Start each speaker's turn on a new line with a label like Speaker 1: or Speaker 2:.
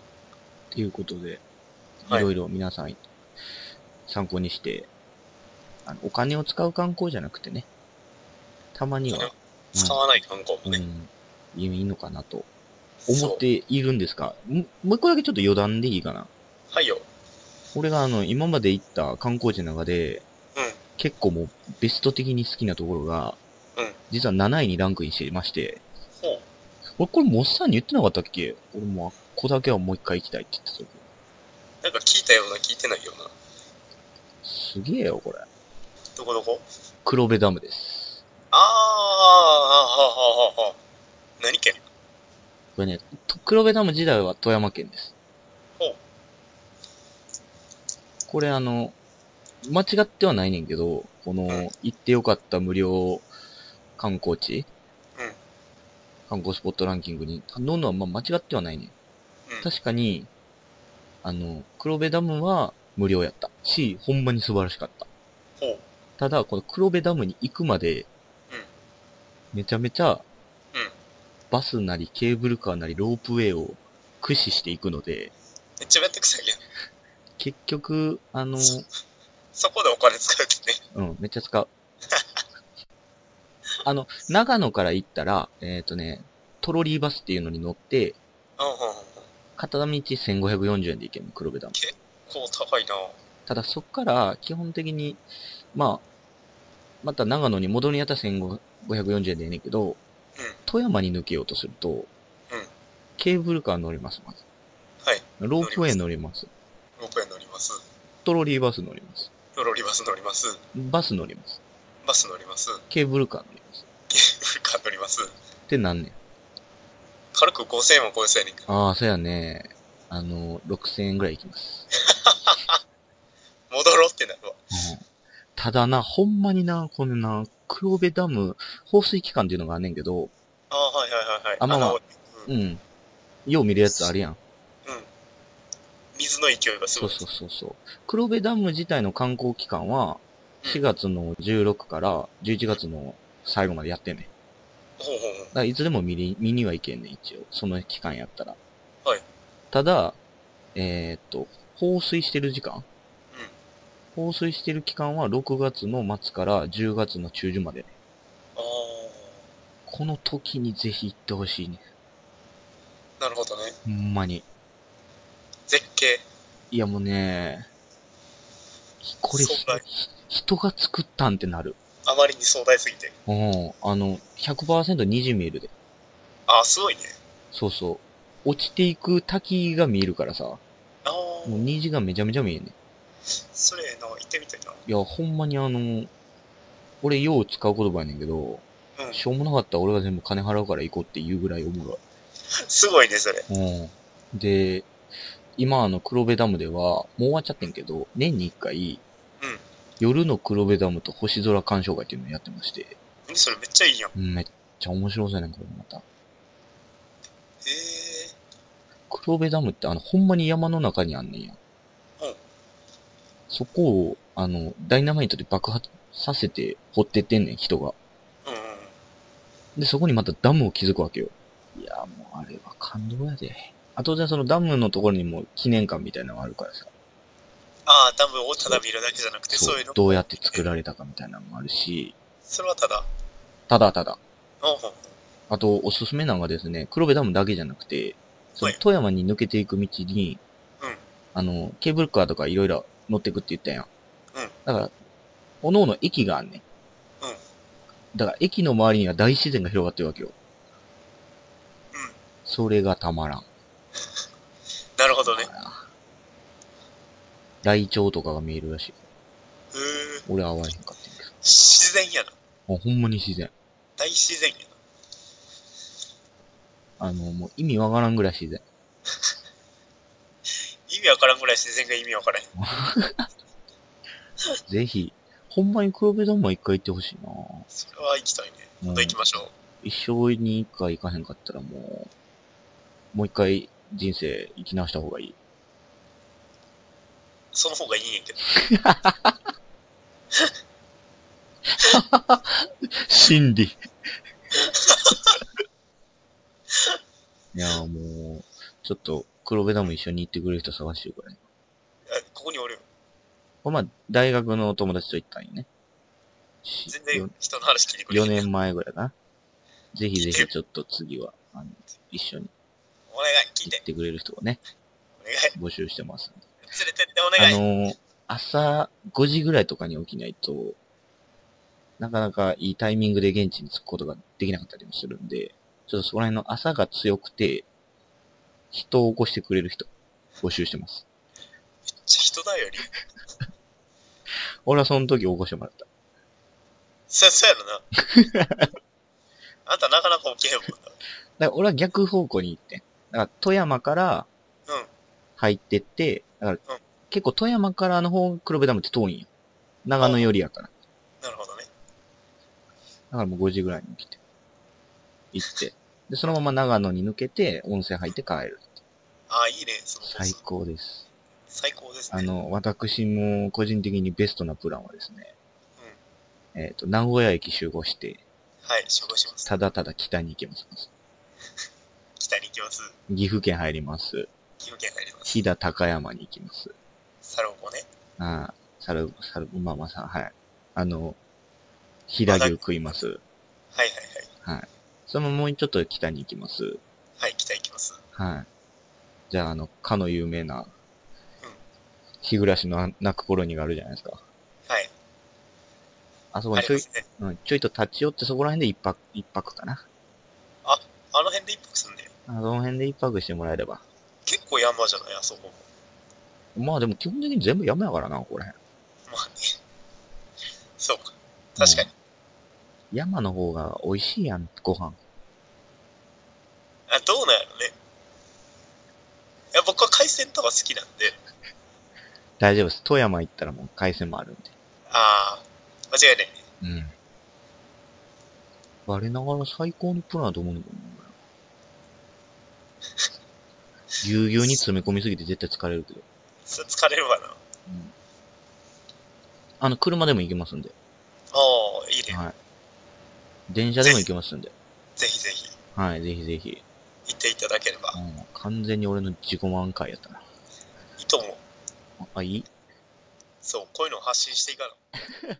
Speaker 1: っていうことで、い
Speaker 2: はい
Speaker 1: ろいろ皆さん参考にして、あのお金を使う観光じゃなくてね、たまには、
Speaker 2: 使わない観光
Speaker 1: う
Speaker 2: もね。
Speaker 1: ん、いいのかなと
Speaker 2: そ
Speaker 1: 思
Speaker 2: う
Speaker 1: っているんですが、ももう一個だけちょっと余談でいいかな。
Speaker 2: はいよ。
Speaker 1: 俺があの、今まで行った観光地の中で、
Speaker 2: うん
Speaker 1: 結構もうベスト的に好きなところが、
Speaker 2: うん
Speaker 1: 実は7位にランクインしていまして、
Speaker 2: ほう。
Speaker 1: 俺これモッサンに言ってなかったっけ俺もうあっこだけはもう一回行きたいって言ってたけど。
Speaker 2: なんか聞いたような、聞いてないような。
Speaker 1: すげえよ、これ。
Speaker 2: どこどこ
Speaker 1: 黒部ダムです。
Speaker 2: あー、あはははは。何県
Speaker 1: これね、と黒部ダム時代は富山県です。
Speaker 2: ほう。
Speaker 1: これあの、間違ってはないねんけど、この
Speaker 2: うん、
Speaker 1: 行ってよかった無料観光地、
Speaker 2: うん
Speaker 1: 観光スポットランキングに頼んのはまあ間違ってはないねん。
Speaker 2: うん。
Speaker 1: 確かに、あの、黒部ダムは無料やったし、ほんまに素晴らしかった。
Speaker 2: ほう。
Speaker 1: ただ、この黒部ダムに行くまで、めちゃめちゃ、バスなりケーブルカーなりロープウェイを駆使していくので、
Speaker 2: めっちゃめんどくさいやん。
Speaker 1: 結局、あの、
Speaker 2: そこでお金使うってね。
Speaker 1: うん、めっちゃ使う。 あの、長野から行ったら、えっ、とね、トロリーバスっていうのに乗って、
Speaker 2: うんうんうん。
Speaker 1: 片道1540円で行けるの、黒部ダム。
Speaker 2: こう高いな
Speaker 1: ただそっから基本的に、まあ、また長野に戻るんやったら1540円でええねんけど、富山に抜けようとすると、ケーブルカー乗ります、まず。
Speaker 2: はい。
Speaker 1: ロープウェイ乗ります。
Speaker 2: 6円乗ります。
Speaker 1: トロリーバス乗ります。
Speaker 2: ロロリバス乗ります。
Speaker 1: バス乗ります。
Speaker 2: バス乗ります。
Speaker 1: ケーブルカー乗ります。
Speaker 2: ケーブルカー乗ります。
Speaker 1: ってなんねん。
Speaker 2: 軽く5000円も超えそうやねんけど。
Speaker 1: ああ、そうやね。あの、6000円ぐらいいきます。
Speaker 2: 戻ろうってなるわ。
Speaker 1: うんただな、ほんまにな、このな、黒部ダム、放水期間っていうのがあんねんけど、
Speaker 2: ああ、はいはいはいはい。
Speaker 1: あまあまあ
Speaker 2: のう、
Speaker 1: うんん。よう見るやつあるやん。
Speaker 2: 水の勢いがす
Speaker 1: そ
Speaker 2: ご
Speaker 1: う
Speaker 2: い。
Speaker 1: そうそうそう。黒部ダム自体の観光期間は、
Speaker 2: うん
Speaker 1: 4月の16から11月の最後までやってんねん。
Speaker 2: ほうほうほう
Speaker 1: だ。からいつでも見に見には行けんねん、一応。その期間やったら。
Speaker 2: はい。
Speaker 1: ただ、えーっと、放水してる時間放水してる期間は6月の末から10月の中旬まで。
Speaker 2: あ
Speaker 1: この時にぜひ行ってほしいね。
Speaker 2: あ、なるほどね。
Speaker 1: ほんまに。
Speaker 2: 絶景。
Speaker 1: いやもうね、これひ
Speaker 2: そうかい、
Speaker 1: 人が作ったんってなる。
Speaker 2: あまりに壮大すぎて。
Speaker 1: うん。あの、100%にじみいるで。
Speaker 2: ああ、すごいね。
Speaker 1: そうそう。落ちていく滝が見えるからさ、も
Speaker 2: ああ、
Speaker 1: う虹がめちゃめちゃ見えんねん。
Speaker 2: それええな、行ってみたいな。
Speaker 1: いや、ほんまにあの、俺よう使う言葉やねんけど、
Speaker 2: うん
Speaker 1: しょうもなかったら俺が全部金払うから行こうって言うぐらいおもろ
Speaker 2: すごいね、それ。
Speaker 1: い。うん。で、今あの黒部ダムでは、もう終わっちゃってんけど、年に一回、
Speaker 2: うん
Speaker 1: 夜の黒部ダムと星空鑑賞会っていうのをやってまして、
Speaker 2: 何それめっちゃいいやん。
Speaker 1: うんめっちゃ面白そうやねん、これまた。
Speaker 2: ええ
Speaker 1: 黒部ダムってあの、ほんまに山の中にあんねんや。
Speaker 2: うん
Speaker 1: そこを、あの、ダイナマイトで爆発させて掘ってってんねん、人が。
Speaker 2: うんうん。
Speaker 1: で、そこにまたダムを築くわけよ。いや、もうあれは感動やで。あとじゃそのダムのところにも記念館みたいなのがあるからさ。
Speaker 2: ああ、ダムをただ見るだけじゃなくて、そういうの。
Speaker 1: どうやって作られたかみたいなのもあるし、
Speaker 2: それはただ。
Speaker 1: ただただ。
Speaker 2: うんうん。
Speaker 1: あと、おすすめなのがですね、黒部ダムだけじゃなくて、その
Speaker 2: はい
Speaker 1: 富山に抜けていく道に、
Speaker 2: うん
Speaker 1: あの、ケーブルカーとかいろいろ乗ってくって言ったやん。
Speaker 2: うん
Speaker 1: だから、おのおの駅があんねん。
Speaker 2: うん
Speaker 1: だから、駅の周りには大自然が広がってるわけよ。
Speaker 2: うん
Speaker 1: それがたまらん。
Speaker 2: なるほどね。
Speaker 1: ライチョウとかが見えるらしい。
Speaker 2: うーん。
Speaker 1: 俺は会わへんかったんやけど
Speaker 2: 自然やな。。
Speaker 1: もうほんまに自然。
Speaker 2: 大自然やな。
Speaker 1: あの、もう意味わからんぐらい自然。
Speaker 2: 意味わからんぐらい自然が意味わからへん。
Speaker 1: ぜひ、ほんまに黒部ダムは一回行ってほしいな
Speaker 2: それは行きたいね。
Speaker 1: うん
Speaker 2: 今度行きましょう。
Speaker 1: 一生に一回行かへんかったらもう、もう一回人生生き直した方がいい。
Speaker 2: その方がいいんやけど。
Speaker 1: 心 理。いやーもう、ちょっと、黒部ダム一緒に行ってくれる人探してるからね。
Speaker 2: え、ここにおるよ。
Speaker 1: これまあ、大学の友達と行ったんよね。し
Speaker 2: 全然人の話聞いてくれへ
Speaker 1: 4
Speaker 2: ん
Speaker 1: 年前ぐらいかな。ぜひぜひちょっと次は、あの、一緒に
Speaker 2: お願い、聞い
Speaker 1: 行
Speaker 2: て
Speaker 1: っ。てくれる人をね、
Speaker 2: お願い。
Speaker 1: 募集してますんで。
Speaker 2: 連れてってお
Speaker 1: あ
Speaker 2: 願い。
Speaker 1: のー朝5時ぐらいとかに起きないと、なかなかいいタイミングで現地に着くことができなかったりもするんで、ちょっとそこら辺の朝が強くて、人を起こしてくれる人、募集してます。
Speaker 2: 人だより。
Speaker 1: 俺はその時起こしてもらった。
Speaker 2: そ、そうやろな。あんたなかなか起きへんもんな。
Speaker 1: だから俺は逆方向に行ってん。だから富山から
Speaker 2: うん。
Speaker 1: 入ってって、だから
Speaker 2: うん
Speaker 1: 結構富山からの方、黒部ダムって遠いんよ。長野よりやから。
Speaker 2: なるほどね。
Speaker 1: だからもう5時ぐらいに起きて。行って。で、そのまま長野に抜けて、温泉入って帰る。
Speaker 2: ああ、いいね。その
Speaker 1: 最高です。
Speaker 2: 最高です
Speaker 1: あ
Speaker 2: ね。うん。
Speaker 1: の、私も個人的にベストなプランはですね、えっ、と、名古屋駅集合して、
Speaker 2: はい、集合します。
Speaker 1: ただただ北に行きます。
Speaker 2: 北に行きます。
Speaker 1: 岐阜県入ります。
Speaker 2: 岐阜県入ります。
Speaker 1: 飛騨高山に行きます。
Speaker 2: サロンもね。
Speaker 1: ああ、猿、猿、馬場さん、はい。あの、平牛食います。
Speaker 2: はいはいはい。
Speaker 1: はい。そのもうちょっと北に行きます。
Speaker 2: はい、北行きます。
Speaker 1: はい。じゃあ、あの、かの有名な、日暮らしの泣く頃にがあるじゃないですか。
Speaker 2: はい。
Speaker 1: あそこ
Speaker 2: あ
Speaker 1: に
Speaker 2: り
Speaker 1: ちょ
Speaker 2: ま
Speaker 1: い
Speaker 2: す、ね。
Speaker 1: うん、ちょいと立ち寄ってそこら辺で一泊、一泊かな。
Speaker 2: あの辺で一泊するんだよ。
Speaker 1: あの辺で一泊してもらえれば。
Speaker 2: 結構山じゃないあそこも。
Speaker 1: まあでも基本的に全部山やからな、ここら辺。
Speaker 2: まあね。 そうか。確かに。
Speaker 1: 山の方が美味しいやん、ご飯。
Speaker 2: あ、どうなんやろね。いや、僕は海鮮とか好きなんで。
Speaker 1: 大丈夫です。富山行ったらもう海鮮もあるんで。
Speaker 2: ああ、間違いないね。
Speaker 1: うん。我ながら最高のプランだと思うんだけどな。俺ぎゅうぎゅうに詰め込みすぎて絶対疲れるけど。
Speaker 2: それ疲れるわな。あ
Speaker 1: うん。あの、車でも行けますんで。
Speaker 2: あ、いいね。
Speaker 1: はい。電車でも行けますんで。
Speaker 2: ぜひぜひ、
Speaker 1: はい、ぜひぜひ。
Speaker 2: 行っていただければ
Speaker 1: う。ん、完全に俺の自己満開やったな。
Speaker 2: いいと思う。
Speaker 1: あ、いい
Speaker 2: そう、こういうのを発信していかな。